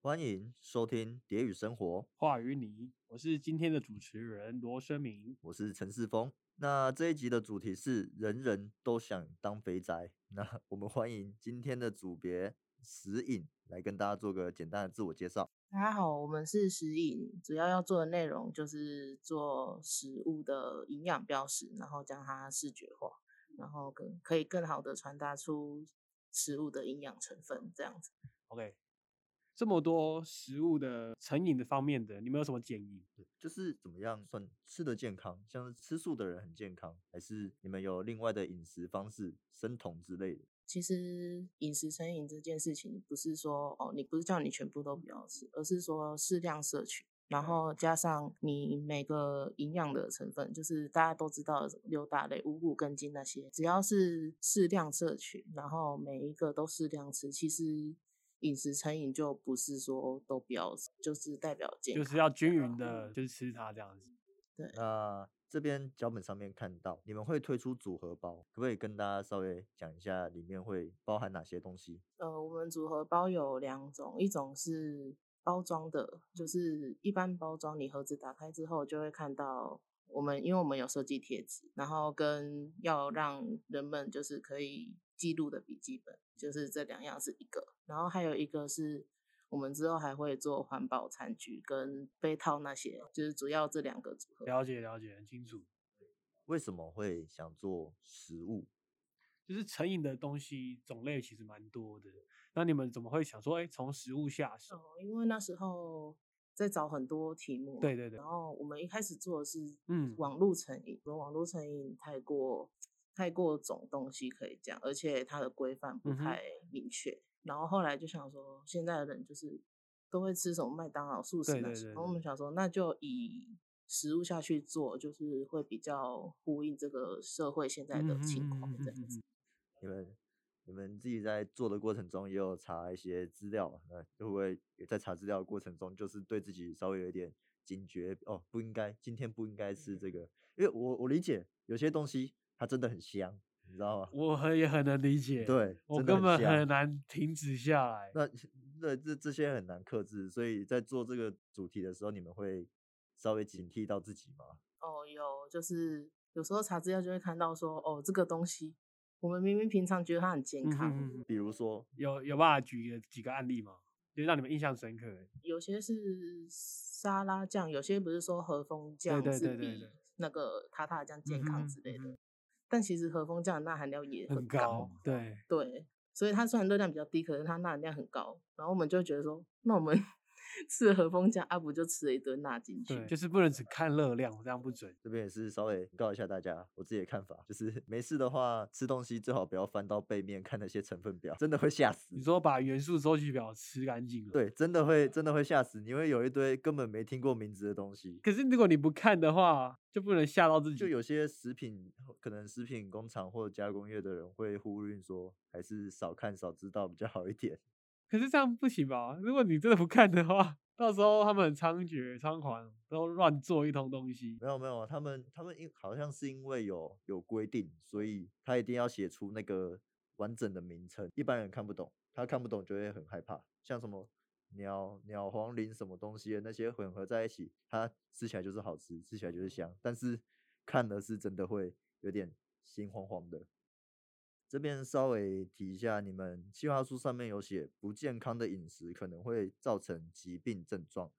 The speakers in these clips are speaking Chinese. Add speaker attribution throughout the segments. Speaker 1: 欢迎收听《蝶语生活》，
Speaker 2: 话与你，我是今天的主持人罗生明。
Speaker 1: 我是陈世峰。那这一集的主题是人人都想当肥宅。那我们欢迎今天的组别石影来跟大家做个简单的自我介绍。
Speaker 3: 大家好，我们是食饮，主要要做的内容就是做食物的营养标识，然后将它视觉化，然后更可以更好的传达出食物的营养成分，这样子。
Speaker 2: OK，这么多食物的成瘾的方面的，你们有什么建议？
Speaker 1: 就是怎么样算吃的健康？像是吃素的人很健康，还是你们有另外的饮食方式、生酮之类的？
Speaker 3: 其实饮食成瘾这件事情，不是说哦，你不是叫你全部都不要吃，而是说适量摄取，然后加上你每个营养的成分，就是大家都知道的什么六大类、五谷根茎那些，只要是适量摄取，然后每一个都适量吃，其实饮食成瘾就不是说都不要吃，就是代表健
Speaker 2: 就
Speaker 3: 康，嗯
Speaker 2: 是要均匀的，就是吃它这样子。
Speaker 1: 那这边脚本上面看到你们会推出组合包，可不可以跟大家稍微讲一下里面会包含哪些东西？
Speaker 3: 呃，我们组合包有两种，一种是包装的，就是一般包装，你盒子打开之后就会看到我们，因为我们有设计贴纸，然后跟要让人们就是可以记录的笔记本，就是这两样是一个，然后还有一个是。我们之后还会做环保餐具跟杯套那些，就是主要这两个组合。
Speaker 2: 了解了解，很清楚。
Speaker 1: 为什么会想做食物？
Speaker 2: 就是成瘾的东西种类其实蛮多的，那你们怎么会想说，哎、从食物下手？
Speaker 3: 哦，因为那时候在找很多题目，
Speaker 2: 对对对
Speaker 3: 然后我们一开始做的是，
Speaker 2: 嗯
Speaker 3: 网络成瘾，因为网络成瘾太过太过种东西可以讲，而且它的规范不
Speaker 2: 嗯哼
Speaker 3: 太明确。然后后来就想说，现在的人就是都会吃什么麦当劳、素食
Speaker 2: 对
Speaker 3: 那
Speaker 2: 对
Speaker 3: 些，
Speaker 2: 对
Speaker 3: 然后我
Speaker 2: 对
Speaker 3: 们想说，那就以食物下去做，就是会比较呼应这个社会现
Speaker 2: 嗯
Speaker 3: 在的情况这样子。
Speaker 1: 你们你们自己在做的过程中也有查一些资料嘛，那会不会也在查资料的过程中，就是对自己稍微有一点警觉哦，不应该今天不应该吃这个，因为我我理解有些东西它真的很香，你知道吗？
Speaker 2: 我很也很能理解，，
Speaker 1: 嗯对，
Speaker 2: 我
Speaker 1: 真的
Speaker 2: 根本
Speaker 1: 香
Speaker 2: 很难停止下来。
Speaker 1: 那那这这些很难克制，所以在做这个主题的时候，你们会稍微警惕到自己吗？
Speaker 3: 哦，有，就是有时候查资料就会看到说，哦，这个东西我们明明平常觉得它很健
Speaker 2: 嗯
Speaker 3: 康，
Speaker 2: 哼哼
Speaker 1: 比如说，
Speaker 2: 有有办法举个几个案例吗？就让你们印象深刻的。
Speaker 3: 有些是沙拉酱，有些不是说和风酱
Speaker 2: 对
Speaker 3: 是
Speaker 2: 对对
Speaker 3: 比
Speaker 2: 对
Speaker 3: 那个塔塔酱健
Speaker 2: 嗯
Speaker 3: 康
Speaker 2: 哼
Speaker 3: 之类
Speaker 2: 嗯
Speaker 3: 的，但其实和风酱的钠含量也
Speaker 2: 很
Speaker 3: 高，
Speaker 2: 高，对，
Speaker 3: 对，所以它虽然热量比较低，可是它钠含量很高，然后我们就会觉得说，那我们 吃了和风酱，啊不就吃了一堆钠进去
Speaker 2: 对，？就是不能只看热量，这样不准。
Speaker 1: 这边也是稍微告一下大家我自己的看法，就是没事的话，吃东西最好不要翻到背面看那些成分表，真的会吓死
Speaker 2: 你。说把元素周期表吃干净了，。
Speaker 1: 对，真的会真的会吓死，你会有一堆根本没听过名字的东西。
Speaker 2: 可是如果你不看的话，就不能吓到自己。
Speaker 1: 就有些食品，可能食品工厂或者加工业的人会呼吁说，还是少看少知道比较好一点。
Speaker 2: 可是这样不行吧？如果你真的不看的话， 到时候他们很猖獗、猖狂，都乱做一通东西。
Speaker 1: 没有没有，他们他们因好像是因为有有规定，所以他一定要写出那个完整的名称，一般人看不懂，他看不懂就会很害怕。像什么鸟鸟黄磷什么东西的那些混合在一起，它吃起来就是好吃，吃起来就是香，但是看了是真的会有点心慌慌的。这边稍微提一下，你们计划书上面有写不健康的饮食可能会造成疾病症状。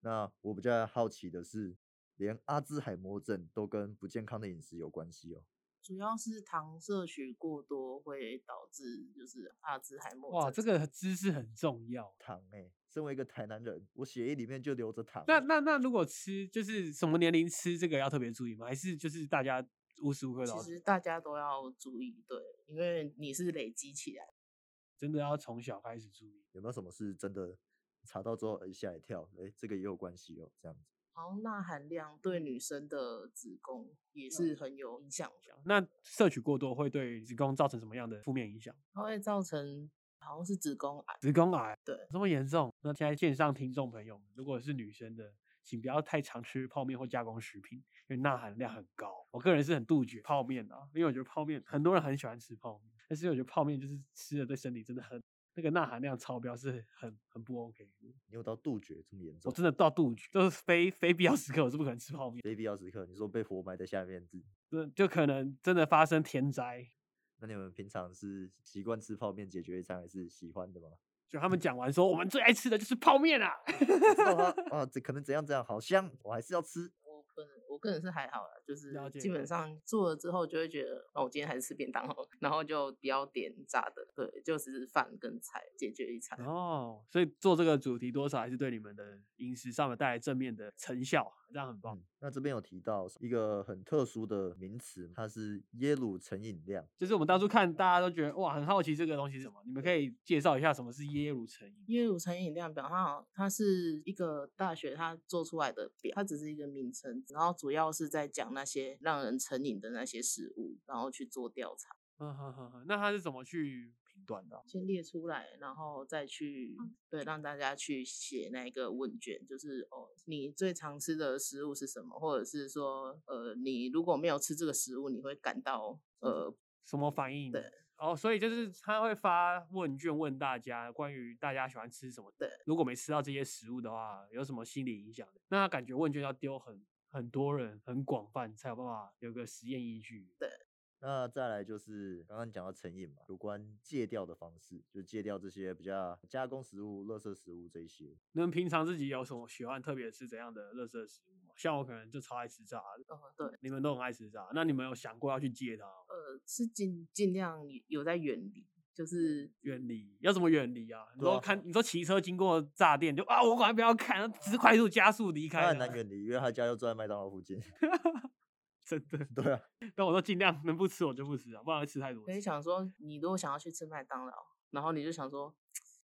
Speaker 1: 那我比较好奇的是，连阿兹海默症都跟不健康的饮食有关系哦。
Speaker 3: 主要是糖摄取过多会导致就是阿兹海默
Speaker 2: 哇，
Speaker 3: 症
Speaker 2: 这个知识很重要。
Speaker 1: 糖哎、身为一个台南人，我血液里面就流着糖欸。
Speaker 2: 那那那，如果吃就是什么年龄吃这个要特别注意吗？还是就是大家无时无刻都
Speaker 3: 其
Speaker 2: 要
Speaker 3: 实大家都要注意，对，因为你是累积起来。
Speaker 2: 真的要从小开始注意？
Speaker 1: 有没有什么是真的查到之后哎吓一跳？哎、这个也有关系哦，这样子。
Speaker 3: 然后钠含量对女生的子宫
Speaker 2: 嗯
Speaker 3: 也是很有影响的，
Speaker 2: 那摄取过多会对子宫造成什么样的负面影响？
Speaker 3: 它会造成好像是子宫癌。
Speaker 2: 子宫癌
Speaker 3: 对，
Speaker 2: 这么严重？那现在线上听众朋友们，如果是女生的，请不要太常吃泡面或加工食品，因为钠含量很高。我个人是很杜绝泡面的啊、因为我觉得泡面很多人很喜欢吃泡面，但是我觉得泡面就是吃了对身体真的很那个钠含量超标是很很不 OK 的。
Speaker 1: 你有到杜绝这么严重？
Speaker 2: 我真的到杜绝，就是非非必要时刻，我是不可能吃泡面，
Speaker 1: 非必要时刻，你说被活埋在下面自己，
Speaker 2: 就就可能真的发生天灾。
Speaker 1: 那你们平常是习惯吃泡面解决一餐，还是喜欢的吗？
Speaker 2: 就他们讲完说，我们最爱吃的就是泡面啊啦、
Speaker 1: 我知道它啊，这可能怎样怎样，好香，我还是要吃。
Speaker 3: 我个人我个人是还好啦，就是
Speaker 2: 了解
Speaker 3: 基
Speaker 2: 了
Speaker 3: 本上做了之后就会觉得，哦，我今天还是吃便当好了，然后就不要点炸的，对，就只是饭跟菜解决一餐。
Speaker 2: 哦，所以做这个主题多少还是对你们的饮食上的带来正面的成效，这样很棒。
Speaker 1: 那这边有提到一个很特殊的名词，它是耶鲁成瘾量。
Speaker 2: 就是我们当初看大家都觉得哇，很好奇这个东西是什么，你们可以介绍一下什么是耶鲁成瘾？
Speaker 3: 耶鲁成瘾量表，它好像它是一个大学它做出来的表，它只是一个名称，然后主要是在讲那些让人成瘾的那些食物，然后去做调查，
Speaker 2: 嗯哼哼哼，那它是怎么去评断的啊？
Speaker 3: 先列出来，然后再去
Speaker 2: 嗯
Speaker 3: 对让大家去写那个问卷，就是哦，你最常吃的食物是什么，或者是说呃，你如果没有吃这个食物，你会感到呃
Speaker 2: 什么反应？
Speaker 3: 对。
Speaker 2: 哦，所以就是他会发问卷问大家关于大家喜欢吃什么。
Speaker 3: 对，
Speaker 2: 如果没吃到这些食物的话，有什么心理影响？那他感觉问卷要丢很很多人、很广泛，才有办法有个实验依据。
Speaker 1: 那再来就是刚刚讲到成瘾嘛，有关戒掉的方式，就戒掉这些比较加工食物、垃圾食物这一些。
Speaker 2: 你们平常自己有什么喜欢特别吃怎样的垃圾食物吗？像我可能就超爱吃炸的，
Speaker 3: 呃对
Speaker 2: 你们都很爱吃炸，那你们有想过要去戒它吗？
Speaker 3: 呃是尽尽量有在远离，就是
Speaker 2: 远离要怎么远离啊？你
Speaker 1: 对
Speaker 2: 说
Speaker 1: 啊
Speaker 2: 看，你说骑车经过炸店就啊，我赶快不要看，只是快速加速离开
Speaker 1: 他
Speaker 2: 了。
Speaker 1: 很难远离，因为他家又住在麦当劳附近。
Speaker 2: 真的。
Speaker 1: 对啊，
Speaker 2: 但我都尽量能不吃我就不吃啊，不然会吃太多
Speaker 3: 可
Speaker 2: 次。
Speaker 3: 以想说，你如果想要去吃麦当劳，然后你就想说，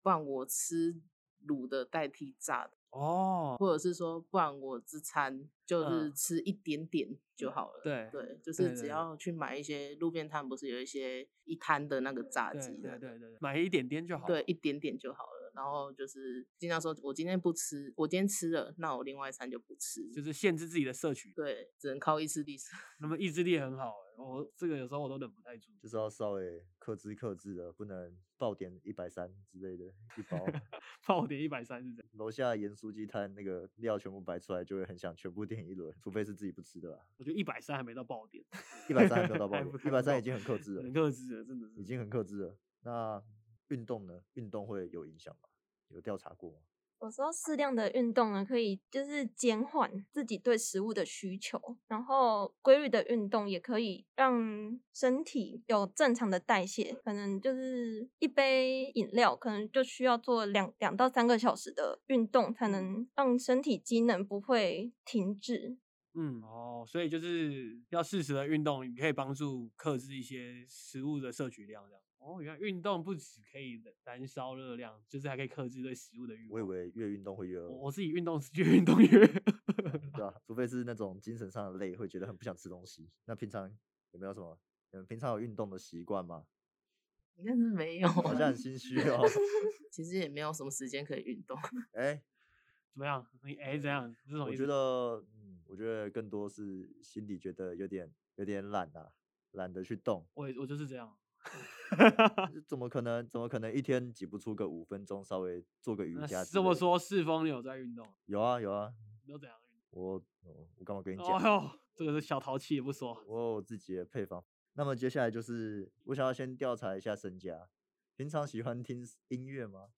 Speaker 3: 不然我吃卤的代替炸的，
Speaker 2: 哦，
Speaker 3: 或者是说，不然我自餐就是
Speaker 2: 嗯
Speaker 3: 吃一点点就好了。
Speaker 2: 对
Speaker 3: 对，
Speaker 2: 对
Speaker 3: 就是
Speaker 2: 对
Speaker 3: 只要去买一些路边摊，不是有一些一摊的那个炸
Speaker 2: 对
Speaker 3: 鸡
Speaker 2: 对
Speaker 3: 的，
Speaker 2: 对对对，买一点点就好。
Speaker 3: 对，一点点就好了。然后就是尽量说，我今天不吃，我今天吃了，那我另外一餐就不吃。
Speaker 2: 就是限制自己的摄取，
Speaker 3: 对，只能靠意志力。
Speaker 2: 那么意志力很好欸、我这个有时候我都忍不太住，
Speaker 1: 就是要稍微克制克制的，不能爆点一百三之类的，一包
Speaker 2: 爆点一百三是怎样？
Speaker 1: 楼下盐酥鸡摊那个料全部摆出来，就会很想全部点一轮，除非是自己不吃的啦。
Speaker 2: 我觉得一百三还没到爆点，
Speaker 1: 一百三还没有到爆
Speaker 2: 还
Speaker 1: 点
Speaker 2: 不，
Speaker 1: 一
Speaker 2: 还不
Speaker 1: 百
Speaker 2: 到
Speaker 1: 三已经很克制了
Speaker 2: 很，克制了，真的
Speaker 1: 已
Speaker 2: 是。
Speaker 1: 经很克制了。那运动呢？运动会有影响吗？有调查过吗？
Speaker 4: 有时候适量的运动呢，可以就是减缓自己对食物的需求，然后规律的运动也可以让身体有正常的代谢。可能就是一杯饮料，可能就需要做两两到三个小时的运动，才能让身体机能不会停滞。
Speaker 2: 嗯，哦，所以就是要适时的运动，你可以帮助克制一些食物的摄取量，这样。哦，原来运动不只可以燃烧热量，就是还可以克制对食物的欲
Speaker 1: 我以
Speaker 2: 望。
Speaker 1: 为越运动会越饿
Speaker 2: 我，我自己运动是越运动越饿。
Speaker 1: 对吧、除非是那种精神上的累，会觉得很不想吃东西。那平常有没有什么？你们平常有运动的习惯吗？
Speaker 3: 应该是没 有，
Speaker 1: 好像很心虚哦。
Speaker 3: 其实也没有什么时间可以运动。
Speaker 1: 哎、
Speaker 2: 怎么样？你哎、怎样？这种
Speaker 1: 我觉得，嗯，我觉得更多是心里觉得有点有点懒啊，懒得去动。
Speaker 2: 我也我就是这样。
Speaker 1: 就怎么可能？怎么可能一天挤不出个五分钟，稍微做个瑜
Speaker 2: 那
Speaker 1: 伽？
Speaker 2: 这么，说，世峰你有在运动？
Speaker 1: 有啊有啊。
Speaker 2: 你都怎样运
Speaker 1: 我我我干嘛跟你
Speaker 2: 动？
Speaker 1: 讲？
Speaker 2: 哦哟，这个是小淘气也不说。
Speaker 1: 我有我自己的配方。那么接下来就是我想要先调查一下身家，平常喜欢听音乐吗？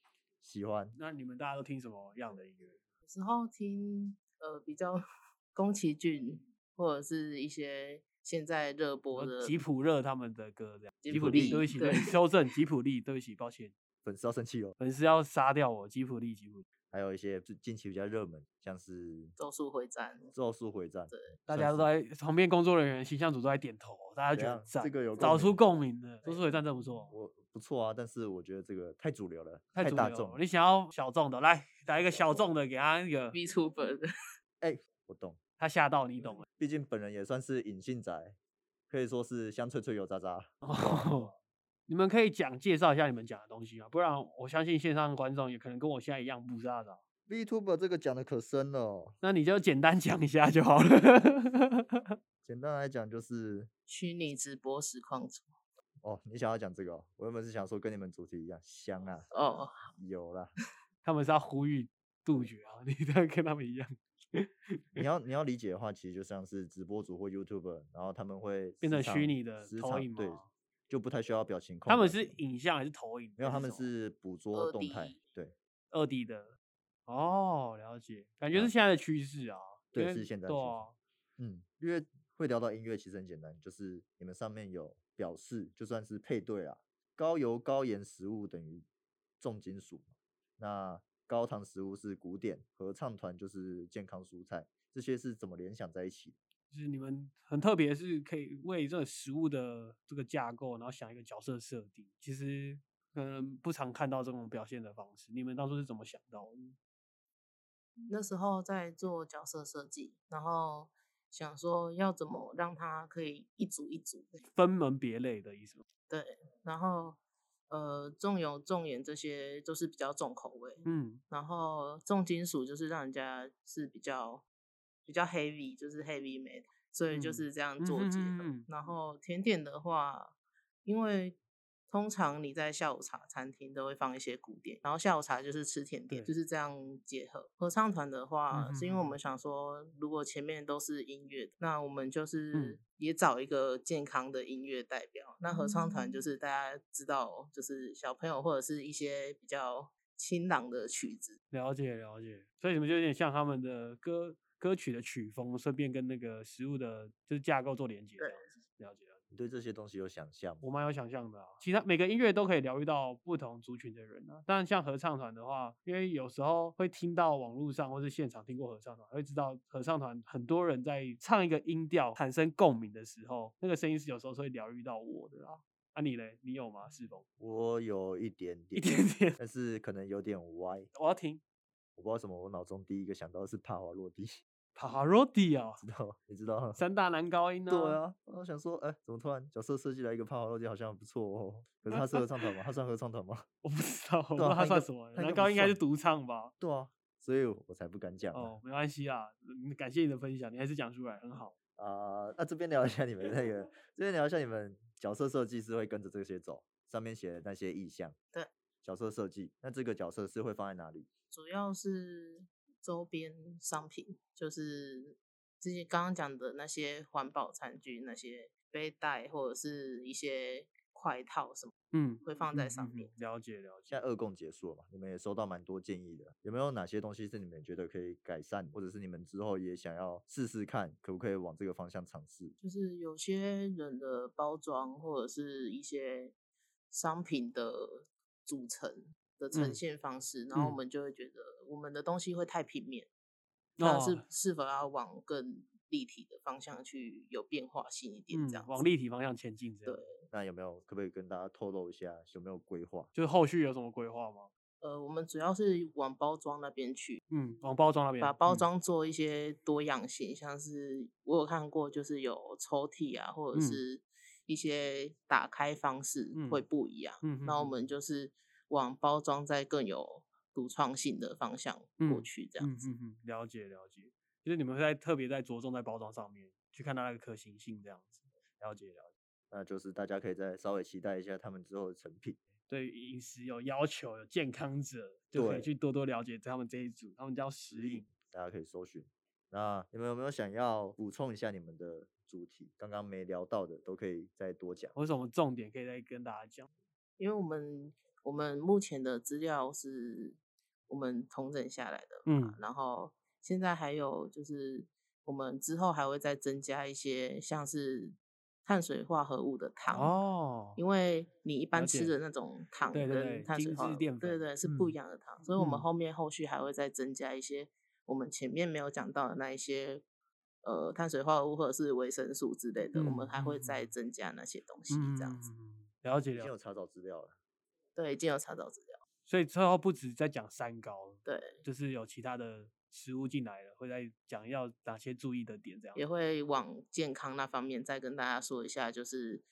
Speaker 1: 喜欢。
Speaker 2: 那你们大家都听什么样的音乐？
Speaker 3: 有时候听呃比较 宫崎骏或者是一些现在热播
Speaker 2: 呃
Speaker 3: 的
Speaker 2: 吉普热他们的歌这样。
Speaker 3: 吉
Speaker 2: 吉
Speaker 3: 普
Speaker 2: 普力，
Speaker 3: 力
Speaker 2: 对不起，
Speaker 3: 对
Speaker 2: 对不起，修正吉普力，对不起，抱歉，
Speaker 1: 粉丝要生气哦。
Speaker 2: 粉丝要杀掉我。吉普力，吉普力，
Speaker 1: 还有一些最近期比较热门，像是
Speaker 3: 咒术回战，
Speaker 1: 《咒术回战》，
Speaker 2: 大
Speaker 1: 算
Speaker 2: 家都
Speaker 1: 是
Speaker 2: 在旁边工作人员、形象组都在点头，哦大家
Speaker 1: 怎
Speaker 2: 觉得
Speaker 1: 样
Speaker 2: 很赞，
Speaker 1: 这个有
Speaker 2: 找
Speaker 1: 共
Speaker 2: 出
Speaker 1: 鸣
Speaker 2: 共鸣的，都是会战真不错，哦
Speaker 1: 我不错啊，但是我觉得这个太主流了，
Speaker 2: 太主
Speaker 1: 大
Speaker 2: 流
Speaker 1: 众
Speaker 2: 了
Speaker 1: 了。
Speaker 2: 你想要小众的，来来 一个小众的，给他一个，
Speaker 3: v t u b e r 的，
Speaker 1: 我懂，
Speaker 2: 他吓到你懂了。
Speaker 1: 毕竟本人也算是隐性宅，可以说是香脆脆油渣 渣。
Speaker 2: 哦， 你们可以讲介绍一下你们讲的东西啊，不然我相信线上观众也可能跟我现在一样不知道的。
Speaker 1: Vtuber 这个讲的可深了哦，
Speaker 2: 那你就简单讲一下就好了。
Speaker 1: 简单来讲就是
Speaker 3: 虚拟直播实况组，
Speaker 1: 哦，你想要讲这个、哦，我原本是想说跟你们主题一样，香啊，
Speaker 3: 哦，
Speaker 1: 有啦。
Speaker 2: 他们是要呼吁杜绝啊，你都跟他们一样，
Speaker 1: 你要你要理解的话，其实就像是直播主或 YouTuber，然后他们会
Speaker 2: 变成
Speaker 1: 时
Speaker 2: 虚
Speaker 1: 常
Speaker 2: 拟的
Speaker 1: 时
Speaker 2: 投
Speaker 1: 常
Speaker 2: 影
Speaker 1: 对
Speaker 2: 吗，
Speaker 1: 就不太需要表情控
Speaker 2: 他们
Speaker 1: 管
Speaker 2: 是
Speaker 1: 什么
Speaker 2: 影像还是投影？
Speaker 1: 没有，
Speaker 2: 还
Speaker 1: 他们
Speaker 2: 什么
Speaker 1: 是捕捉
Speaker 3: 二
Speaker 1: 动态
Speaker 3: D，
Speaker 1: 对
Speaker 2: 二 D 的。哦，了解，感觉是
Speaker 1: 嗯
Speaker 2: 现在的趋势啊。
Speaker 1: 对
Speaker 2: 因为
Speaker 1: 是现在的
Speaker 2: 对
Speaker 1: 趋势
Speaker 2: 啊
Speaker 1: 嗯，因为会聊到音乐其实很简单，就是你们上面有表示，就算是配对啊，高油高盐食物等于重金属嘛，那高糖食物是古典，合唱团就是健康蔬菜，这些是怎么联想在一起的？
Speaker 2: 就是你们很特别，是可以为这个食物的这个架构，然后想一个角色设定。其实可能不常看到这种表现的方式，你们当初是怎么想到的？
Speaker 3: 那时候在做角色设计，然后想说要怎么让它可以一组一组的
Speaker 2: 分门别类的意思吗？
Speaker 3: 对，然后呃，重油重盐这些都是比较重口味，
Speaker 2: 嗯，
Speaker 3: 然后重金属就是让人家是比较比较 heavy，就是 heavy metal，所以就
Speaker 2: 嗯
Speaker 3: 是这样
Speaker 2: 嗯
Speaker 3: 做
Speaker 2: 哼
Speaker 3: 结合。
Speaker 2: 哼哼
Speaker 3: 然后甜点的话，因为通常你在下午茶餐厅都会放一些古典，然后下午茶就是吃甜点，
Speaker 2: 对
Speaker 3: 就是这样结合。合唱团的话，
Speaker 2: 嗯
Speaker 3: 是因为我
Speaker 2: 哼
Speaker 3: 们想说，如果前面都是音乐的，那我们就是
Speaker 2: 嗯
Speaker 3: 也找一个健康的音乐代表。那合唱
Speaker 2: 嗯
Speaker 3: 团就是大家知道，就是小朋友或者是一些比较清朗的曲子。
Speaker 2: 了解了解。所以你们就有点像他们的歌歌曲的曲风，顺便跟那个食物的就是架构做连接这
Speaker 3: 对
Speaker 2: 样子。了解了解，
Speaker 1: 你对这些东西有想象
Speaker 2: 我
Speaker 1: 吗？
Speaker 2: 蛮有想象的、啊。其他每个音乐都可以疗愈到不同族群的人啊。当然，像合唱团的话，因为有时候会听到网络上或是现场听过合唱团，会知道合唱团很多人在唱一个音调产生共鸣的时候，那个声音是有时候是会疗愈到我的啦。啊，你嘞，你有吗？是否？
Speaker 1: 我有一点点，
Speaker 2: 一点点，
Speaker 1: 但是可能有点歪，
Speaker 2: 我要听
Speaker 1: 我不知道为什么，我脑中第一个想到的是帕瓦罗蒂，
Speaker 2: Pavarotti 啊、
Speaker 1: 知道吗你知道吗？
Speaker 2: 三大男高音呢、
Speaker 1: 对，啊，我想说，哎、怎么突然角色设计来一个帕瓦罗蒂，好像不错哦。可是他是合唱团吗？他算合唱团吗？
Speaker 2: 我不知道，我不
Speaker 1: 对
Speaker 2: 知
Speaker 1: 啊他
Speaker 2: 道他
Speaker 1: 应
Speaker 2: 算
Speaker 1: 该
Speaker 2: 什么。
Speaker 1: 他应该
Speaker 2: 男
Speaker 1: 不
Speaker 2: 高应该是
Speaker 1: 算
Speaker 2: 独唱吧？
Speaker 1: 对啊，所以我才不敢讲
Speaker 2: 哦
Speaker 1: 啊。，
Speaker 2: 没关系啊，嗯感谢你的分享，你还是讲出来很好。
Speaker 1: 啊，那这边聊一下你们那个，这边聊一下你们角色设计是会跟着这些走，上面写的那些意象。
Speaker 3: 对，
Speaker 1: 角色设计，那这个角色是会放在哪里？
Speaker 3: 主要是周边商品，就是这些刚刚讲的那些环保餐具、那些背带或者是一些筷套什么，
Speaker 2: 嗯，
Speaker 3: 会放在
Speaker 2: 嗯
Speaker 3: 上
Speaker 2: 嗯嗯
Speaker 3: 面。
Speaker 2: 了解了解。
Speaker 1: 现在二供结束了嘛，你们也收到蛮多建议的，有没有哪些东西是你们觉得可以改善，或者是你们之后也想要试试看，可不可以往这个方向尝试？
Speaker 3: 就是有些人的包装或者是一些商品的组成的呈
Speaker 2: 嗯
Speaker 3: 现方式，然后
Speaker 2: 嗯
Speaker 3: 我们就会觉得我们的东西会太平面，那是
Speaker 2: 哦
Speaker 3: 是否要往更立体的方向去有变化性一点？
Speaker 2: 嗯
Speaker 3: 这样，
Speaker 2: 往
Speaker 3: 子
Speaker 2: 立体方向前进，这样
Speaker 3: 对。
Speaker 1: 那有没有可不可以跟大家透露一下有没有规划？
Speaker 2: 就是后续有什么规划吗？
Speaker 3: 呃，我们主要是往包装那边去，
Speaker 2: 嗯，往包装那边
Speaker 3: 把包
Speaker 2: 嗯
Speaker 3: 装做一些多样性，像是我有看过，就是有抽屉啊，或者
Speaker 2: 嗯
Speaker 3: 是一些打开方式会
Speaker 2: 嗯
Speaker 3: 不一样。
Speaker 2: 嗯哼
Speaker 3: 那我
Speaker 2: 哼
Speaker 3: 们就是往包装再更有独创性的方向过
Speaker 2: 嗯
Speaker 3: 去，这样子。
Speaker 2: 嗯嗯嗯，了解了解，就是你们会在特别在着重在包装上面去看到那个可行性这样子，了解了解。
Speaker 1: 那就是大家可以再稍微期待一下他们之后的成品。
Speaker 2: 对饮食有要求、有健康者，就可以
Speaker 1: 对
Speaker 2: 去多多了解他们这一组，他们叫食饮。
Speaker 1: 大家可以搜寻。那你们有没有想要补充一下你们的主题？刚刚没聊到的都可以再多讲。
Speaker 2: 有什么重点可以再跟大家讲？
Speaker 3: 因为我们我们目前的资料是我们统整下来的嘛，
Speaker 2: 嗯
Speaker 3: 然后现在还有就是我们之后还会再增加一些像是碳水化合物的糖
Speaker 2: 哦，
Speaker 3: 因为你一般
Speaker 2: 了
Speaker 3: 吃
Speaker 2: 解
Speaker 3: 的那种糖
Speaker 2: 对对对
Speaker 3: 跟碳水
Speaker 2: 精
Speaker 3: 化合
Speaker 2: 致
Speaker 3: 物，
Speaker 2: 淀
Speaker 3: 对对
Speaker 2: 粉
Speaker 3: 对，是不一
Speaker 2: 嗯
Speaker 3: 样的糖，所以我们
Speaker 2: 嗯
Speaker 3: 后面后续还会再增加一些我们前面没有讲到的那一些呃碳水化合物或者是维生素之类的，我们
Speaker 2: 嗯
Speaker 3: 还会
Speaker 2: 嗯
Speaker 3: 再
Speaker 2: 嗯
Speaker 3: 增加那些东西，这样子。
Speaker 2: 嗯，了解
Speaker 1: 已经
Speaker 2: 了
Speaker 1: 有
Speaker 2: 解。
Speaker 1: 查找资料了，
Speaker 3: 对，已经有查找资料，
Speaker 2: 所以最后不止在讲三高了，
Speaker 3: 对，
Speaker 2: 就是有其他的食物进来了，会在讲要哪些注意的点这样。
Speaker 3: 也会往健康那方面再跟大家说一下，就是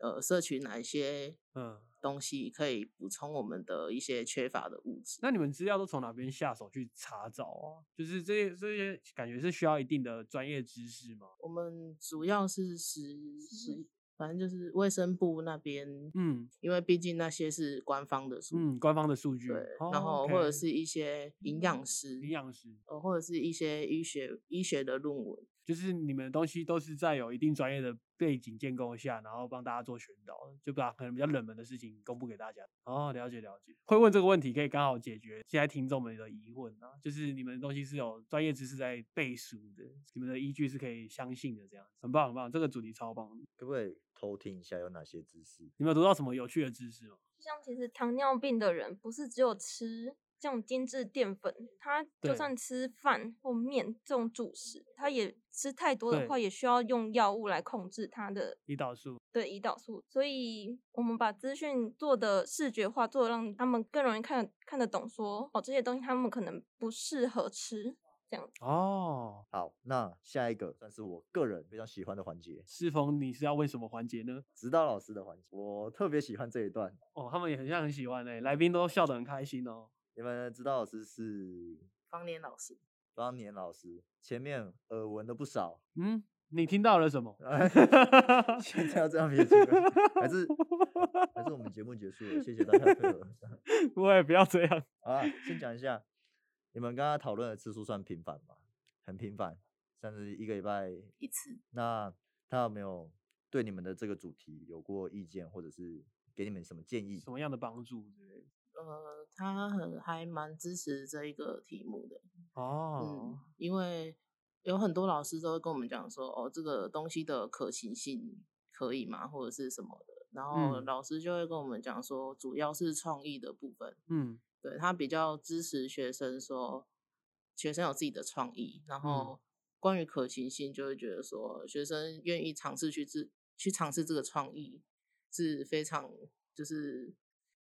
Speaker 3: 呃摄取哪一些
Speaker 2: 嗯，
Speaker 3: 东西可以补充我们的一些缺乏的物质。
Speaker 2: 那你们资料都从哪边下手去查找啊？就是这些这些感觉是需要一定的专业知识吗？
Speaker 3: 我们主要是实
Speaker 4: 实
Speaker 3: 实反正就是卫生部那边，
Speaker 2: 嗯
Speaker 3: 因为毕竟那些是官方的书，
Speaker 2: 嗯，官方的数据，
Speaker 3: 对，
Speaker 2: 哦
Speaker 3: 然后或者
Speaker 2: OK 嗯
Speaker 3: 是一些营养师，
Speaker 2: 营养师，
Speaker 3: 呃，或者是一些医学医学的论文，
Speaker 2: 就是你们的东西都是在有一定专业的背景建构下，然后帮大家做宣导，就把可能比较冷门的事情公布给大家。哦，了解了解。会问这个问题，可以刚好解决现在听众们的疑问啊，就是你们的东西是有专业知识在背书的，你们的依据是可以相信的，这样很棒很棒，这个主题超棒的。
Speaker 1: 可不可以偷听一下有哪些知识？
Speaker 2: 你们有读到什么有趣的知识吗？
Speaker 4: 就像其实糖尿病的人不是只有吃这种精致淀粉，他
Speaker 2: 对
Speaker 4: 就算吃饭或面这种主食，他也吃太多
Speaker 2: 对
Speaker 4: 的话，也需要用药物来控制他的
Speaker 2: 胰岛素，
Speaker 4: 对胰岛素。所以我们把资讯做的视觉化，做的让他们更容易看看得懂说哦这些东西他们可能不适合吃。
Speaker 2: 哦，
Speaker 1: 好，那下一个算是我个人非常喜欢的环节，
Speaker 2: 师冯，你是要问什么环节呢？
Speaker 1: 指导老师的环节，我特别喜欢这一段。
Speaker 2: 哦，他们也很像很喜欢哎、来宾都笑得很开心哦。
Speaker 1: 你们的指导老师是
Speaker 3: 方年老师，
Speaker 1: 方年老师，前面耳闻了不少，
Speaker 2: 嗯，你听到了什么？
Speaker 1: 哎现在要这样撇清了，还是还是我们节目结束了，谢谢大家的配合。
Speaker 2: 喂， 不要这样。
Speaker 1: 好啦，先讲一下，你们刚刚讨论的次数算频繁吗？很频繁，算是一个礼拜
Speaker 3: 一次。
Speaker 1: 那他有没有对你们的这个主题有过意见，或者是给你们什么建议
Speaker 2: 什？么样的帮助之类的。
Speaker 3: 呃，他很还蛮支持这一个题目的，
Speaker 2: 哦
Speaker 3: 嗯，，因为有很多老师都会跟我们讲说，哦，这个东西的可行性可以吗，或者是什么的，然后
Speaker 2: 嗯
Speaker 3: 老师就会跟我们讲说，主要是创意的部分，
Speaker 2: 嗯
Speaker 3: 对他比较支持学生说，学生有自己的创意，
Speaker 2: 嗯
Speaker 3: 然后关于可行性就会觉得说，学生愿意尝试去自去尝试这个创意是非常就是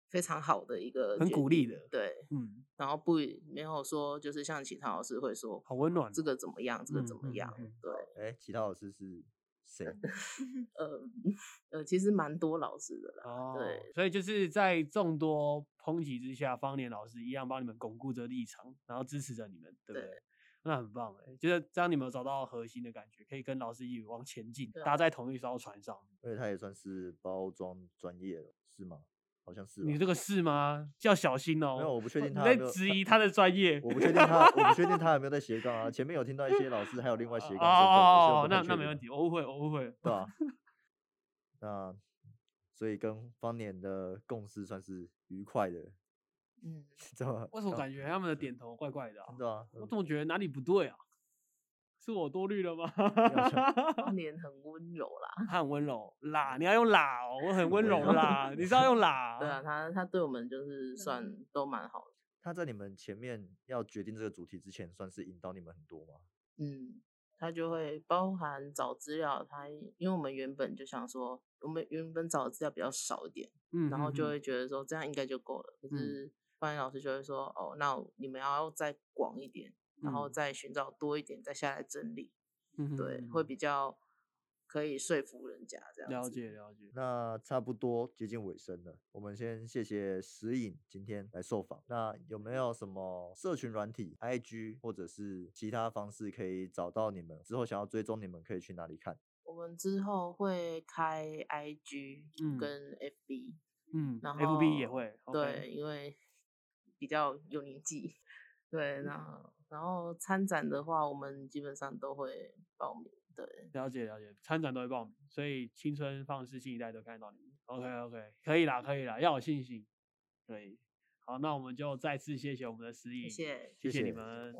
Speaker 3: 非常好的一个
Speaker 2: 很
Speaker 3: 决
Speaker 2: 鼓励
Speaker 3: 定
Speaker 2: 的
Speaker 3: 对，
Speaker 2: 嗯，
Speaker 3: 然后不没有说就是像其他老师会说
Speaker 2: 好温暖
Speaker 3: 这
Speaker 2: 哦
Speaker 3: 个怎么样，这个
Speaker 2: 嗯嗯
Speaker 3: 怎么
Speaker 2: 嗯
Speaker 3: 样，
Speaker 2: 嗯
Speaker 3: 对，
Speaker 1: 哎、其他老师是谁？
Speaker 3: 呃呃，其实蛮多老师的啦，
Speaker 2: 哦，
Speaker 3: 对，
Speaker 2: 所以就是在众多抨击之下，方年老师一样帮你们巩固着立场，然后支持着你们，对不对？
Speaker 3: 对
Speaker 2: 那很棒哎、就是这样，你们有找到核心的感觉，可以跟老师一起往前进，
Speaker 1: 啊
Speaker 3: 对
Speaker 2: 搭在同一艘船上。
Speaker 1: 因为他也算是包装专业了，是吗？好像是吧。
Speaker 2: 你这个是吗？要小心哦、
Speaker 1: 没有，我不确定
Speaker 2: 你
Speaker 1: 他
Speaker 2: 在
Speaker 1: 有没有
Speaker 2: 质疑他的专业
Speaker 1: 我不确定他，我不确定他有没有在斜杠啊。前面有听到一些老师还有另外
Speaker 2: 哦
Speaker 1: 斜杠
Speaker 2: 哦
Speaker 1: 身份，所以我
Speaker 2: 哦
Speaker 1: 不
Speaker 2: 哦，
Speaker 1: 太
Speaker 2: 那
Speaker 1: 确
Speaker 2: 那没
Speaker 1: 定
Speaker 2: 问题，我误会，我误会。
Speaker 1: 对吧、那所以跟方年的共识算是愉快的，
Speaker 3: 嗯，
Speaker 1: 知道吗？
Speaker 2: 为什么
Speaker 1: 啊
Speaker 2: 感觉他们的点头怪怪的、啊？
Speaker 1: 真的啊？
Speaker 2: 我
Speaker 1: 嗯
Speaker 2: 总觉得哪里不对啊？是我多虑了吗？
Speaker 3: 当年很温柔啦，
Speaker 2: 他很温柔啦，你要用啦哦，我很温柔啦，你知道用啦哦
Speaker 3: 对啊，他他对我们就是算
Speaker 4: 嗯
Speaker 3: 都蛮好
Speaker 1: 他在你们前面要决定这个主题之前，算是引导你们很多吗？
Speaker 3: 嗯，它就会包含找资料，它因为我们原本就想说，我们原本找的资料比较少一点，
Speaker 2: 嗯
Speaker 3: 然后就
Speaker 2: 嗯嗯
Speaker 3: 会觉得说这样应该就够了。可
Speaker 2: 嗯
Speaker 3: 是班老师就会说，哦，那你们要再广一点，然后
Speaker 2: 嗯
Speaker 3: 再寻找多一点，再下来整理，
Speaker 2: 嗯
Speaker 3: 对，
Speaker 2: 嗯
Speaker 3: 会
Speaker 2: 嗯
Speaker 3: 比较可以说服人家这样
Speaker 2: 了
Speaker 3: 子。
Speaker 2: 解了解。
Speaker 1: 那差不多接近尾声了，我们先谢谢石影今天来受访。那有没有什么社群软体、IG 或者是其他方式可以找到你们？之后想要追踪你们，可以去哪里看？
Speaker 3: 我们之后会开 IG
Speaker 2: 嗯
Speaker 3: 跟 FB，、
Speaker 2: 嗯
Speaker 3: 然
Speaker 2: ，F B 也
Speaker 3: 后
Speaker 2: 会
Speaker 3: 对，因为比较有年纪，
Speaker 2: 嗯
Speaker 3: 对，然后然后参展的话，我们基本上都会报名，对，
Speaker 2: 了解了解，参展都会报名，所以青春放肆新一代都看得到你们。OK OK，可以啦可以啦，要有信心。对，好，那我们就再次谢谢我们的司仪，
Speaker 3: 谢谢。
Speaker 2: 谢
Speaker 1: 谢
Speaker 2: 你
Speaker 1: 谢
Speaker 2: 们。